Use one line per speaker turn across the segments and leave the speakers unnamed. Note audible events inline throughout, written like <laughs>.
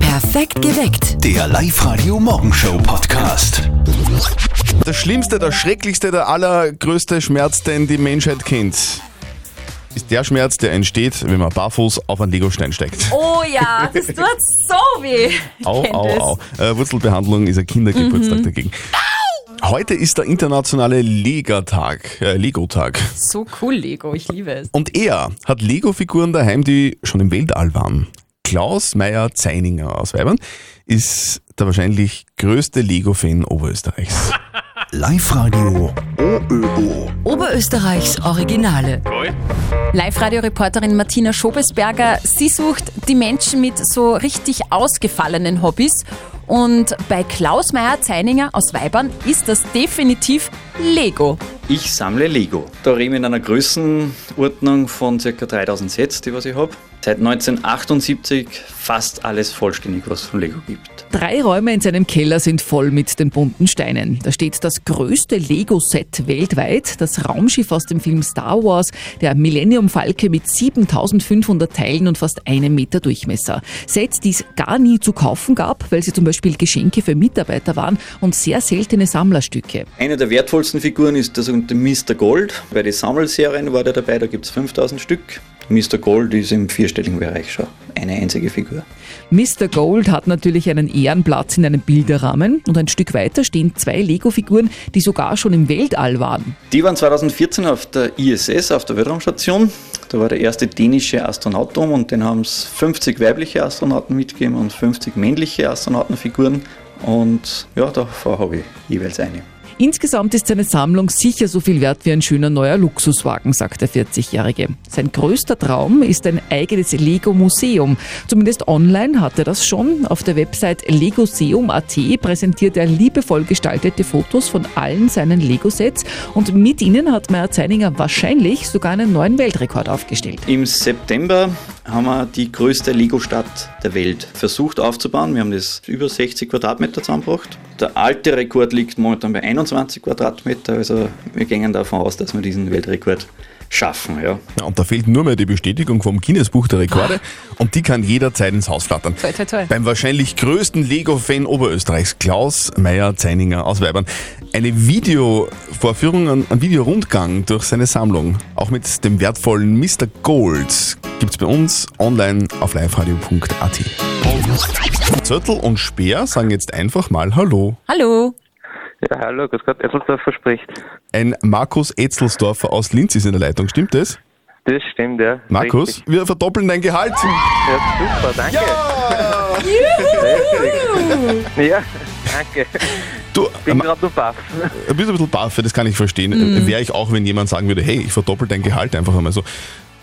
Perfekt geweckt.
Der Live-Radio Morgenshow Podcast.
Der schlimmste, der schrecklichste, der allergrößte Schmerz, den die Menschheit kennt, ist der Schmerz, der entsteht, wenn man barfuß auf einen Legostein steigt.
Oh ja, das tut so weh. Ich
Au,
kenn
au,
das. Mhm.
au. Äh, Wurzelbehandlung ist ein Kindergeburtstag dagegen. Heute ist der internationale Legatag, äh, Lego-Tag.
So cool, Lego, ich liebe es.
Und er hat Lego-Figuren daheim, die schon im Weltall waren. Klaus Meyer Zeininger aus Weibern ist der wahrscheinlich größte Lego-Fan Oberösterreichs.
Live-Radio OÖO.
Oberösterreichs Originale.
Live-Radio-Reporterin Martina Schobesberger, sie sucht die Menschen mit so richtig ausgefallenen Hobbys. Und bei Klaus Meier-Zeininger aus Weibern ist das definitiv Lego.
Ich sammle Lego. Da reden wir in einer Größenordnung von ca. 3000 Sets, die was ich habe. Seit 1978 fast alles vollständig, was es von Lego gibt.
Drei Räume in seinem Keller sind voll mit den bunten Steinen. Da steht das größte Lego-Set weltweit, das Raumschiff aus dem Film Star Wars, der Millennium Falke mit 7500 Teilen und fast einem Meter Durchmesser. Sets, die es gar nie zu kaufen gab, weil sie zum Beispiel Geschenke für Mitarbeiter waren und sehr seltene Sammlerstücke.
Eine der wertvollsten Figuren ist der sogenannte Mr. Gold. Bei den Sammelserien war der dabei, da gibt es 5000 Stück. Mr. Gold ist im vierstelligen Bereich schon eine einzige Figur.
Mr. Gold hat natürlich einen Ehrenplatz in einem Bilderrahmen und ein Stück weiter stehen zwei Lego-Figuren, die sogar schon im Weltall waren.
Die waren 2014 auf der ISS, auf der Weltraumstation. Da war der erste dänische Astronaut um und den haben es 50 weibliche Astronauten mitgegeben und 50 männliche Astronautenfiguren. Und ja, davor habe ich jeweils eine.
Insgesamt ist seine Sammlung sicher so viel wert wie ein schöner neuer Luxuswagen, sagt der 40-Jährige. Sein größter Traum ist ein eigenes Lego-Museum. Zumindest online hat er das schon. Auf der Website legoseum.at präsentiert er liebevoll gestaltete Fotos von allen seinen Lego-Sets und mit ihnen hat Meyer Zeininger wahrscheinlich sogar einen neuen Weltrekord aufgestellt.
Im September haben wir die größte Lego-Stadt der Welt versucht aufzubauen. Wir haben das über 60 Quadratmeter zusammengebracht. Der alte Rekord liegt momentan bei 21 Quadratmeter, also wir gehen davon aus, dass wir diesen Weltrekord schaffen. Ja.
Ja, und da fehlt nur mehr die Bestätigung vom Guinness-Buch der Rekorde und die kann jederzeit ins Haus flattern.
Ah. Toi, toi, toi.
Beim wahrscheinlich größten Lego-Fan Oberösterreichs, Klaus Meyer-Zeininger aus Weibern. Eine Videovorführung, ein ein Videorundgang durch seine Sammlung, auch mit dem wertvollen Mr. Gold, gibt's bei uns online auf liveradio.at. Zürtel und Speer sagen jetzt einfach mal Hallo.
Hallo.
Ja, hallo, grüß Gott, Etzelsdorfer spricht.
Ein Markus Etzelsdorfer aus Linz ist in der Leitung, stimmt das?
Das stimmt, ja.
Markus,
Richtig.
wir verdoppeln dein Gehalt.
Ja, super, danke. Ja, ja danke.
Du,
Bin gerade nur baff.
Du bist ein bisschen baff, das kann ich verstehen. Wäre ich auch, wenn jemand sagen würde, hey, ich verdoppel dein Gehalt einfach einmal so.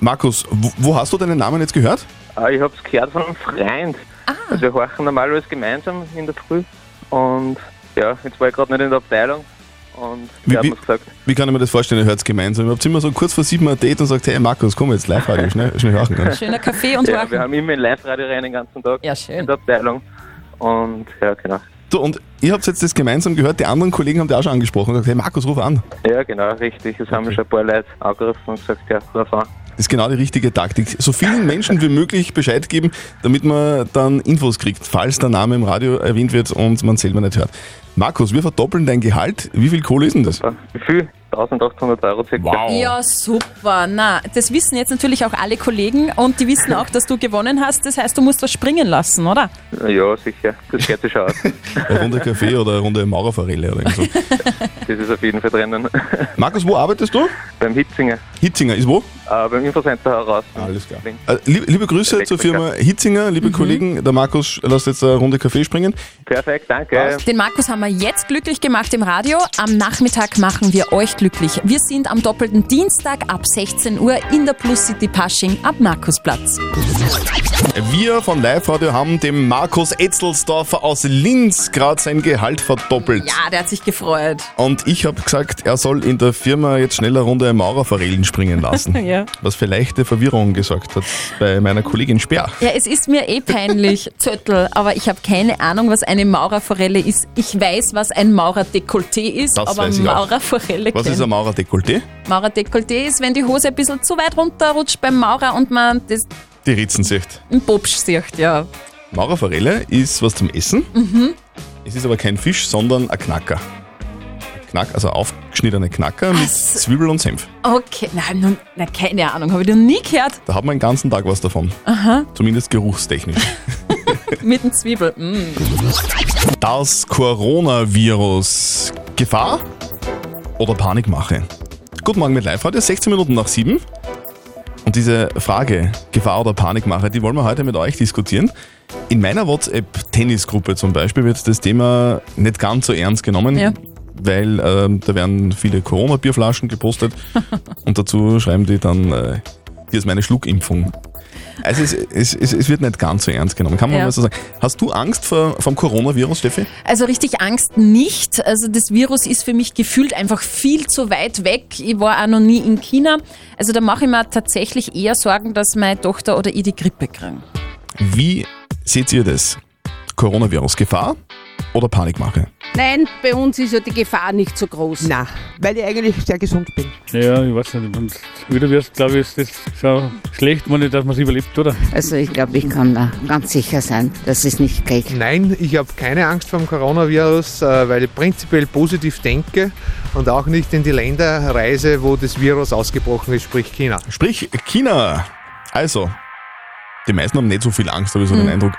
Markus, wo, wo hast du deinen Namen jetzt gehört?
Aber Ah, ich hab's gehört von einem Freund.
Ah.
Also wir horchen normalerweise gemeinsam in der Früh. Und ja, jetzt war ich gerade nicht in der Abteilung. Und
Wie,
der hat
wie,
mir's gesagt,
wie kann ich mir das vorstellen? Ihr hört es gemeinsam. Ihr habt immer so kurz vor sieben ein Date und sagt, hey Markus, komm jetzt live Radio, schnell, schnell machen.
<laughs>
Schöner Kaffee und
ja, wir
Wagen.
haben immer in Live-Radio rein den ganzen Tag.
Ja, schön.
In der Abteilung. Und ja, genau.
So, und ihr habt jetzt das gemeinsam gehört, die anderen Kollegen haben dich auch schon angesprochen und gesagt, hey Markus, ruf an.
Ja, genau, richtig. Es haben mich schon ein paar Leute angerufen und gesagt, ja, ruf an.
Das ist genau die richtige Taktik. So vielen Menschen wie möglich Bescheid geben, damit man dann Infos kriegt, falls der Name im Radio erwähnt wird und man selber nicht hört. Markus, wir verdoppeln dein Gehalt. Wie viel Kohle ist denn das?
Wie viel? 1800 Euro circa.
Ja, super. Na, das wissen jetzt natürlich auch alle Kollegen und die wissen auch, dass du gewonnen hast. Das heißt, du musst was springen lassen, oder?
Ja, sicher. Das geht sich schon aus.
Eine Runde Kaffee oder eine Runde Maurerforelle oder irgend so.
Das ist auf jeden Fall drinnen. <laughs>
Markus, wo arbeitest du?
beim Hitzinger,
Hitzinger ist wo?
äh, beim Infocenter heraus. Links.
Äh, liebe, liebe Grüße zur Firma Hitzinger, liebe Kollegen. Der Markus lässt jetzt eine Runde Kaffee springen.
Perfekt, danke.
Den Markus haben wir jetzt glücklich gemacht im Radio. Am Nachmittag machen wir euch glücklich. Wir sind am doppelten Dienstag ab 16 Uhr in der Plus City Pasching am Markusplatz.
Wir von Live Radio haben dem Markus Etzelsdorfer aus Linz gerade sein Gehalt verdoppelt.
Ja, der hat sich gefreut.
Und ich habe gesagt, er soll in der Firma jetzt schnell eine Runde Maurerforellen springen lassen.
<laughs> Ja.
Was für leichte Verwirrung gesorgt hat bei meiner Kollegin Speer.
Ja, es ist mir eh <laughs> peinlich, Zöttel, aber ich habe keine Ahnung, was eine Maurerforelle ist. Ich weiß, was ein Maurerdekolleté ist,
Das
aber
weiß ich auch.
Maurerforelle
Was
kenn-
ist ein Maurerdekolleté?
Maurerdekolleté ist, wenn die Hose ein bisschen zu weit runterrutscht beim Maurer und man das
Die Ritzensicht.
im Popsch sieht, ja.
Maurerforelle ist was zum Essen. Es ist aber kein Fisch, sondern ein Knacker. Knack, also aufgeschnittene Knacker mit
so.
Zwiebel und Senf.
Okay, nein, nun, na, keine Ahnung, habe ich noch nie gehört.
Da hat man den ganzen Tag was davon. Zumindest geruchstechnisch.
Mit den Zwiebeln. Mm.
Das Coronavirus. Gefahr oder Panikmache? Guten Morgen mit Live-Radio, 16 Minuten nach 7. Und diese Frage, Gefahr oder Panikmache, die wollen wir heute mit euch diskutieren. In meiner WhatsApp-Tennisgruppe zum Beispiel wird das Thema nicht ganz so ernst genommen,
Ja.
weil ähm, da werden viele Corona-Bierflaschen gepostet und dazu schreiben die dann, äh, hier ist meine Schluckimpfung. Also es, es, es, es wird nicht ganz so ernst genommen, kann man
Ja.
mal so sagen. Hast du Angst vor, vom Coronavirus, Steffi?
Also richtig Angst nicht. Also das Virus ist für mich gefühlt einfach viel zu weit weg. Ich war auch noch nie in China. Also da mache ich mir tatsächlich eher Sorgen, dass meine Tochter oder ich die Grippe kriegen.
Wie seht ihr das? Coronavirus Gefahr oder Panikmache?
Nein, bei uns ist ja die Gefahr nicht so groß.
Na, weil ich eigentlich sehr gesund bin.
Ja, ich weiß nicht. Wenn wieder wirst, glaube ich, ist das schon schlecht, wenn nicht, dass man es überlebt, oder?
Also ich glaube, ich kann da ganz sicher sein, dass es nicht kriege.
Nein, ich habe keine Angst vor dem Coronavirus, äh, weil ich prinzipiell positiv denke und auch nicht in die Länder reise, wo das Virus ausgebrochen ist, sprich China.
Sprich, China. Also, die meisten haben nicht so viel Angst, habe ich so den Eindruck.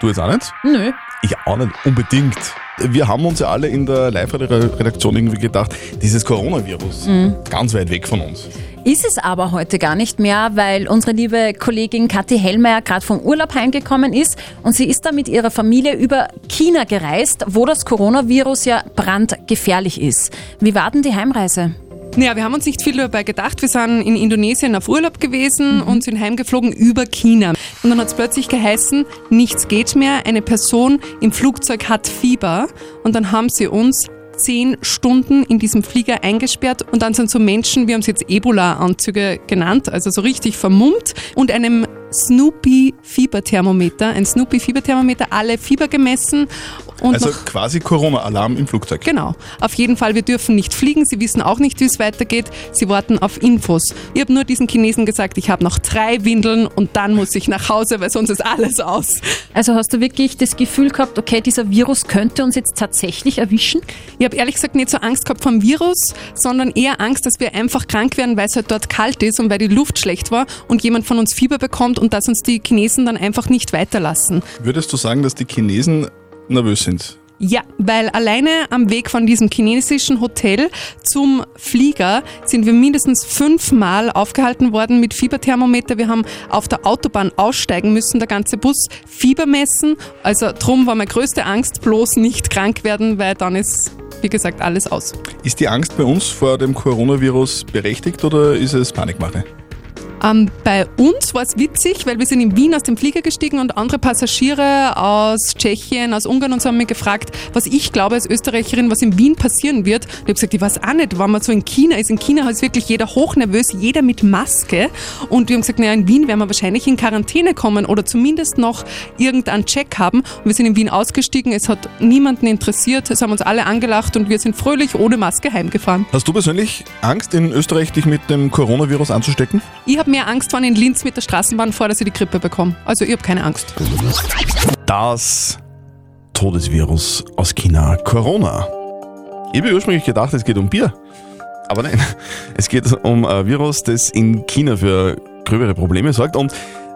Du jetzt auch nicht?
Hm. Nö.
Ich auch nicht unbedingt. Wir haben uns ja alle in der Live-Redaktion irgendwie gedacht, dieses Coronavirus,
Hm.
ganz weit weg von uns.
Ist es aber heute gar nicht mehr, weil unsere liebe Kollegin Kathi Hellmeier gerade vom Urlaub heimgekommen ist und sie ist da mit ihrer Familie über China gereist, wo das Coronavirus ja brandgefährlich ist. Wie war denn die Heimreise?
Naja, wir haben uns nicht viel dabei gedacht. Wir sind in Indonesien auf Urlaub gewesen und sind heimgeflogen über China. Und dann hat es plötzlich geheißen, nichts geht mehr. Eine Person im Flugzeug hat Fieber. Und dann haben sie uns zehn Stunden in diesem Flieger eingesperrt und dann sind so Menschen, wir haben es jetzt Ebola-Anzüge genannt, also so richtig vermummt und einem Snoopy-Fieberthermometer, ein Snoopy-Fieberthermometer, alle Fieber gemessen und
Also
noch
quasi Corona-Alarm im Flugzeug.
Genau. Auf jeden Fall, wir dürfen nicht fliegen. Sie wissen auch nicht, wie es weitergeht. Sie warten auf Infos. Ich habe nur diesen Chinesen gesagt, ich habe noch drei Windeln und dann muss ich nach Hause, weil sonst ist alles aus.
Also hast du wirklich das Gefühl gehabt, okay, dieser Virus könnte uns jetzt tatsächlich erwischen?
Ich habe ehrlich gesagt nicht so Angst gehabt vom Virus, sondern eher Angst, dass wir einfach krank werden, weil es halt dort kalt ist und weil die Luft schlecht war und jemand von uns Fieber bekommt und dass uns die Chinesen dann einfach nicht weiterlassen.
Würdest du sagen, dass die Chinesen nervös sind?
Ja, weil alleine am Weg von diesem chinesischen Hotel zum Flieger sind wir mindestens fünfmal aufgehalten worden mit Fieberthermometer. Wir haben auf der Autobahn aussteigen müssen, der ganze Bus Fieber messen. Also drum war meine größte Angst, bloß nicht krank werden, weil dann ist, wie gesagt, alles aus.
Ist die Angst bei uns vor dem Coronavirus berechtigt oder ist es Panikmache?
Ähm, bei uns war es witzig, weil wir sind in Wien aus dem Flieger gestiegen und andere Passagiere aus Tschechien, aus Ungarn und so haben mich gefragt, was ich glaube als Österreicherin, was in Wien passieren wird. Und ich habe gesagt, ich weiß auch nicht, wenn man so in China ist. In China ist wirklich jeder hochnervös, jeder mit Maske. Und wir haben gesagt, naja, in Wien werden wir wahrscheinlich in Quarantäne kommen oder zumindest noch irgendeinen Check haben. Und wir sind in Wien ausgestiegen, es hat niemanden interessiert, es haben uns alle angelacht und wir sind fröhlich ohne Maske heimgefahren.
Hast du persönlich Angst, in Österreich dich mit dem Coronavirus anzustecken?
Ich habe mehr Angst, wenn ich in Linz mit der Straßenbahn fahre, dass ich die Grippe bekomme. Also ich habe keine Angst.
Das Todesvirus aus China, Corona. Ich habe ursprünglich gedacht, es geht um Bier. Aber nein, <laughs> es geht um ein Virus, das in China für gröbere Probleme sorgt und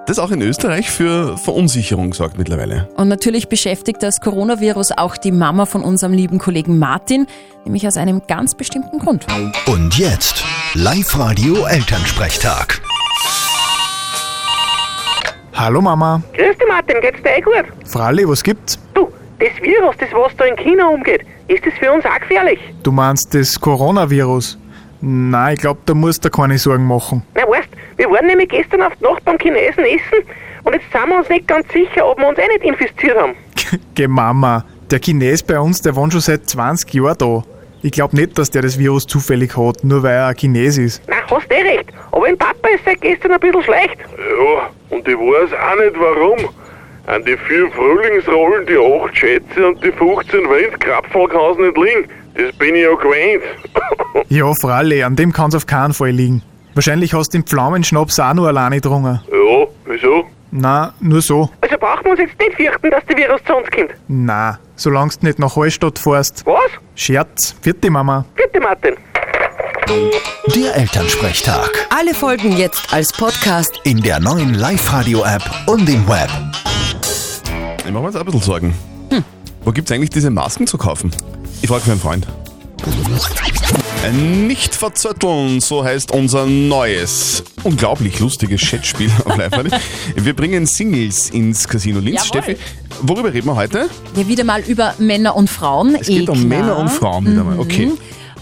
das auch in Österreich für Verunsicherung sorgt mittlerweile.
Und natürlich beschäftigt das Coronavirus auch die Mama von unserem lieben Kollegen Martin, nämlich aus einem ganz bestimmten Grund.
Und jetzt Live-Radio Elternsprechtag.
Hallo Mama.
Grüß dich, Martin. Geht's dir eh gut?
Fralli, was gibt's?
Du, das Virus, das was da in China umgeht, ist das für uns auch gefährlich?
Du meinst das Coronavirus? Nein, ich glaube, da musst du keine Sorgen machen.
Na weißt, wir waren nämlich gestern auf die Nacht beim Chinesen essen und jetzt sind wir uns nicht ganz sicher, ob wir uns eh nicht infiziert haben.
<laughs> Geh Mama, der Chines bei uns, der wohnt schon seit 20 Jahren da. Ich glaube nicht, dass der das Virus zufällig hat, nur weil er ein Chines ist.
Na, hast eh recht, aber im Papa ist seit gestern ein bisschen schlecht.
Ja, und ich weiß auch nicht warum. An die vier Frühlingsrollen, die acht Schätze und die 15 Windkrapfen kann es nicht liegen. Das bin ich ja gewöhnt.
Ja, Fralli, an dem kann's auf keinen Fall liegen. Wahrscheinlich hast du den Pflaumenschnaps auch nur alleine getrunken.
ja, wieso?
Na, nur so.
Also brauchen wir uns jetzt nicht fürchten, dass der Virus zu uns kommt.
Na, solange du nicht nach Hallstatt fährst.
Was?
Scherz. Vierte Mama.
Bitte, Martin.
Der Elternsprechtag.
Alle Folgen jetzt als Podcast.
In der neuen Live-Radio-App und im Web.
Ich mache mir jetzt auch ein bisschen Sorgen. Wo gibt es eigentlich diese Masken zu kaufen? Ich frage meinen Freund. Nicht verzötteln, so heißt unser neues, unglaublich lustiges Chatspiel auf live -Radio. Wir bringen Singles ins Casino Linz.
Jawohl.
Steffi, worüber reden wir heute?
Ja, wieder mal über Männer und Frauen.
Es geht
eh
um
klar. Mhm.
Männer und Frauen wieder mal. Okay.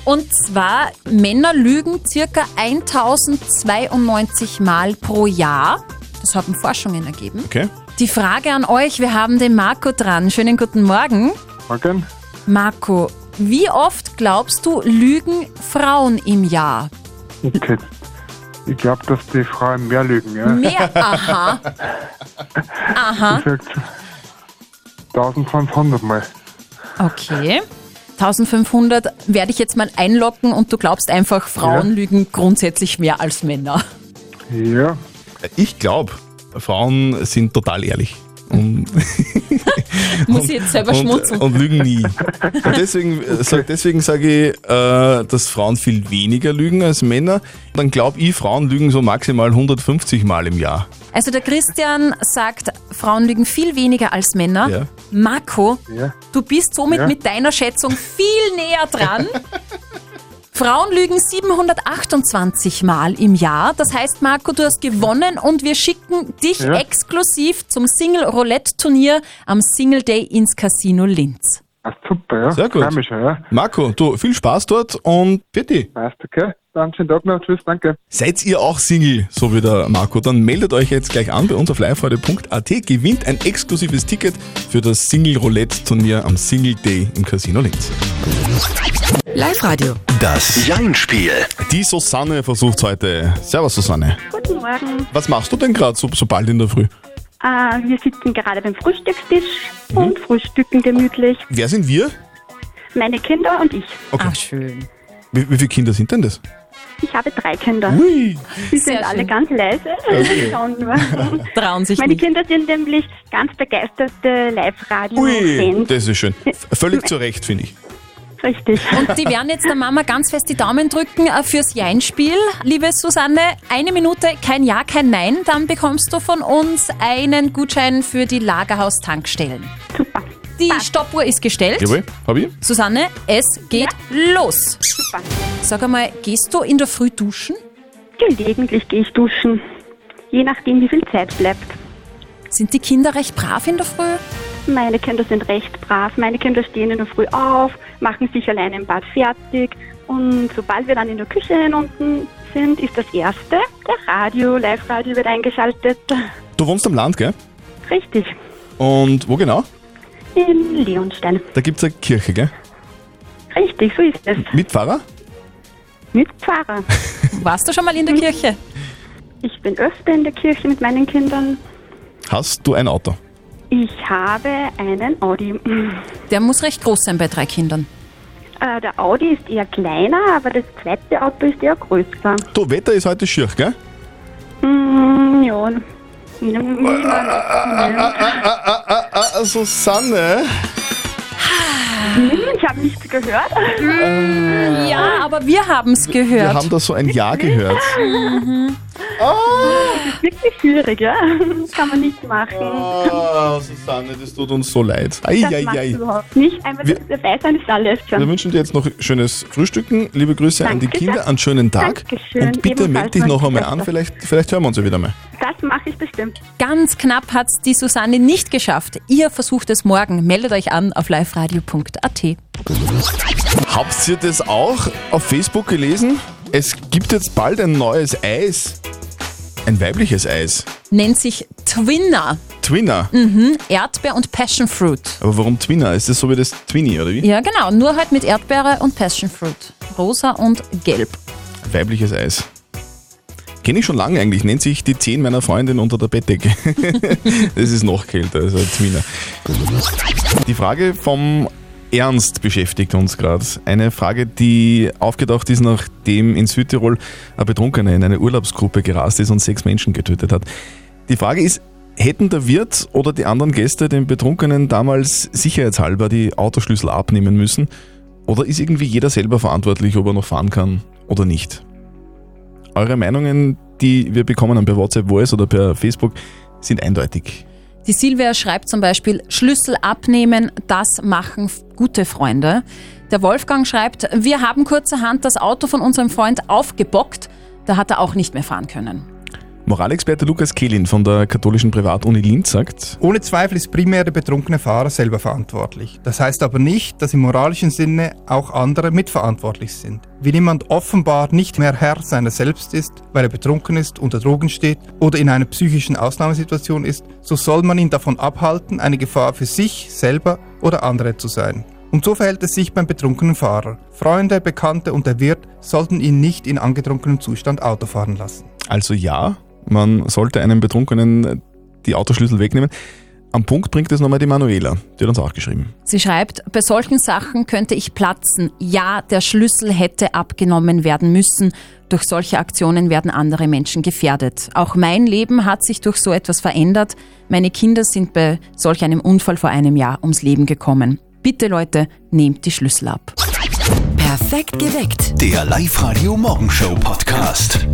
Und zwar, Männer lügen circa 1092 Mal pro Jahr. Das haben Forschungen ergeben.
Okay.
Die Frage an euch, wir haben den Marco dran. Schönen guten Morgen.
Morgen.
Marco, wie oft glaubst du, lügen Frauen im Jahr?
Okay. Ich glaube, dass die Frauen mehr lügen,
Mhm.
ja.
Mehr, aha. Aha,
Ich sag 1500 Mal.
okay. 1500 werde ich jetzt mal einloggen und du glaubst einfach, Frauen lügen grundsätzlich mehr als Männer.
Ja. Ich glaube, Frauen sind total ehrlich. Und
Muss ich jetzt selber schmunzeln.
Und, und lügen
<laughs>
nie. Und deswegen sage deswegen sag ich, äh, dass Frauen viel weniger lügen als Männer. Dann glaube ich, Frauen lügen so maximal 150 Mal im Jahr.
Also der Christian sagt, Frauen lügen viel weniger als Männer.
Ja.
Marco,
Ja.
du bist somit
Ja.
mit deiner Schätzung viel näher
<laughs>
dran. Frauen lügen 728 Mal im Jahr. Das heißt, Marco, du hast gewonnen und wir schicken dich
Ja.
exklusiv zum Single-Roulette-Turnier am Single Day ins Casino Linz.
Super, ja.
Sehr gut.
Freu mich schon, ja.
Marco, du, viel Spaß dort und bitte.
Passt, okay. Dann schönen Tag noch. Tschüss, danke.
Seid ihr auch Single, so wie der Marco, dann meldet euch jetzt gleich an bei uns auf liveradio.at, gewinnt ein exklusives Ticket für das Single-Roulette-Turnier am Single Day im Casino Linz.
Live-Radio.
Das Jein-Spiel. Die Susanne versucht heute. Servus Susanne.
Guten Morgen.
Was machst du denn gerade so, so bald in der Früh?
Äh, wir sitzen gerade beim Frühstückstisch und frühstücken gemütlich.
Wer sind wir?
Meine Kinder und ich.
Okay. Ach,
schön.
Wie, wie viele Kinder sind denn das?
Ich habe drei Kinder.
Ah.
Ui.
Sie sind alle ganz leise. <laughs>
Mhm. Okay.
Schauen wir.
Trauen sich
Meine
nicht.
Kinder sind nämlich ganz begeisterte
Ui,
Live-Radio-Fans.
das ist schön. V- Völlig zu Recht, finde ich.
Richtig.
Und die werden jetzt der Mama ganz fest die Daumen drücken äh, fürs Jein-Spiel. Liebe Susanne, eine Minute, kein Ja, kein Nein, dann bekommst du von uns einen Gutschein für die Lagerhaus-Tankstellen. Super. Die Stoppuhr ist gestellt.
Jawohl, hab ich?
Susanne, es geht los. Super. Sag einmal, gehst du in der Früh duschen?
Gelegentlich gehe ich duschen. Je nachdem, wie viel Zeit bleibt.
Sind die Kinder recht brav in der Früh?
Meine Kinder sind recht brav. Meine Kinder stehen in der Früh auf, machen sich alleine im Bad fertig. Und sobald wir dann in der Küche hinunten sind, ist das erste. Der Radio, Live-Radio wird eingeschaltet.
Du wohnst am Land, gell?
Richtig.
Und wo genau?
In Leonstein.
Da gibt es eine Kirche, gell?
Richtig, so ist es.
Mit Pfarrer?
Mit Pfarrer.
Warst du schon mal in der Kirche?
Ich bin öfter in der Kirche mit meinen Kindern.
Hast du ein Auto?
Ich habe einen Audi.
Der muss recht groß sein bei drei Kindern.
Äh, der Audi ist eher kleiner, aber das zweite Auto ist eher größer.
Du, Wetter ist heute schier, gell?
Mm, ja. Ich
Susanne.
habe nichts gehört.
Ja, aber wir haben es gehört.
Wir haben da so ein Ja gehört.
Mhm. Das ist wirklich schwierig, ja? Das kann man nicht machen.
Oh, Susanne, das tut uns so leid. Ei,
das
ei,
macht
ei.
überhaupt nicht. Einfach
Wir-
das dabei sein ist alles
Wir
schon.
wünschen dir jetzt noch schönes Frühstücken. Liebe Grüße an die
Danke,
Kinder,
das-
einen schönen Tag.
Dankeschön,
Und bitte
ebenfalls
melde dich noch
mein
einmal an,
Bester.
vielleicht, vielleicht hören wir uns ja wieder mal.
Das mache ich bestimmt.
Ganz knapp hat es die Susanne nicht geschafft. Ihr versucht es morgen. Meldet euch an auf liveradio.at.
Habt ihr das auch auf Facebook gelesen? Es gibt jetzt bald ein neues Eis. Ein weibliches Eis.
Nennt sich Twinner.
Twinner.
Mhm, Erdbeer und Passion Fruit.
Aber warum Twinner? Ist das so wie das Twinny, oder wie?
Ja, genau. Nur halt mit Erdbeere und Passion Fruit. Rosa und gelb.
Weibliches Eis. Kenne ich schon lange eigentlich. Nennt sich die 10 meiner Freundin unter der Bettdecke. <laughs> das ist noch kälter, also Zwiener. Die Frage vom Ernst beschäftigt uns gerade. Eine Frage, die aufgetaucht ist, nachdem in Südtirol ein Betrunkener in eine Urlaubsgruppe gerast ist und sechs Menschen getötet hat. Die Frage ist, Hätten der Wirt oder die anderen Gäste den Betrunkenen damals sicherheitshalber die Autoschlüssel abnehmen müssen? Oder ist irgendwie jeder selber verantwortlich, ob er noch fahren kann oder nicht? Eure Meinungen, die wir bekommen haben per WhatsApp Voice oder per Facebook, sind eindeutig.
Die Silvia schreibt zum Beispiel, Schlüssel abnehmen, das machen f- gute Freunde. Der Wolfgang schreibt, wir haben kurzerhand das Auto von unserem Freund aufgebockt, da hat er auch nicht mehr fahren können.
Moralexperte Lukas Kehlin von der katholischen Privatuni Linz sagt,
Ohne Zweifel ist primär der betrunkene Fahrer selber verantwortlich. Das heißt aber nicht, dass im moralischen Sinne auch andere mitverantwortlich sind. Wenn jemand offenbar nicht mehr Herr seiner selbst ist, weil er betrunken ist, unter Drogen steht oder in einer psychischen Ausnahmesituation ist, so soll man ihn davon abhalten, eine Gefahr für sich selber oder andere zu sein. Und so verhält es sich beim betrunkenen Fahrer. Freunde, Bekannte und der Wirt sollten ihn nicht in angetrunkenem Zustand Auto fahren lassen.
also ja, man sollte einem Betrunkenen die Autoschlüssel wegnehmen. Am Punkt bringt es nochmal die Manuela, die hat uns auch geschrieben.
Sie schreibt, bei solchen Sachen könnte ich platzen. Ja, der Schlüssel hätte abgenommen werden müssen. Durch solche Aktionen werden andere Menschen gefährdet. Auch mein Leben hat sich durch so etwas verändert. Meine Kinder sind bei solch einem Unfall vor einem Jahr ums Leben gekommen. Bitte Leute, nehmt die Schlüssel ab.
Perfekt geweckt.
Der Live-Radio Morgenshow Podcast.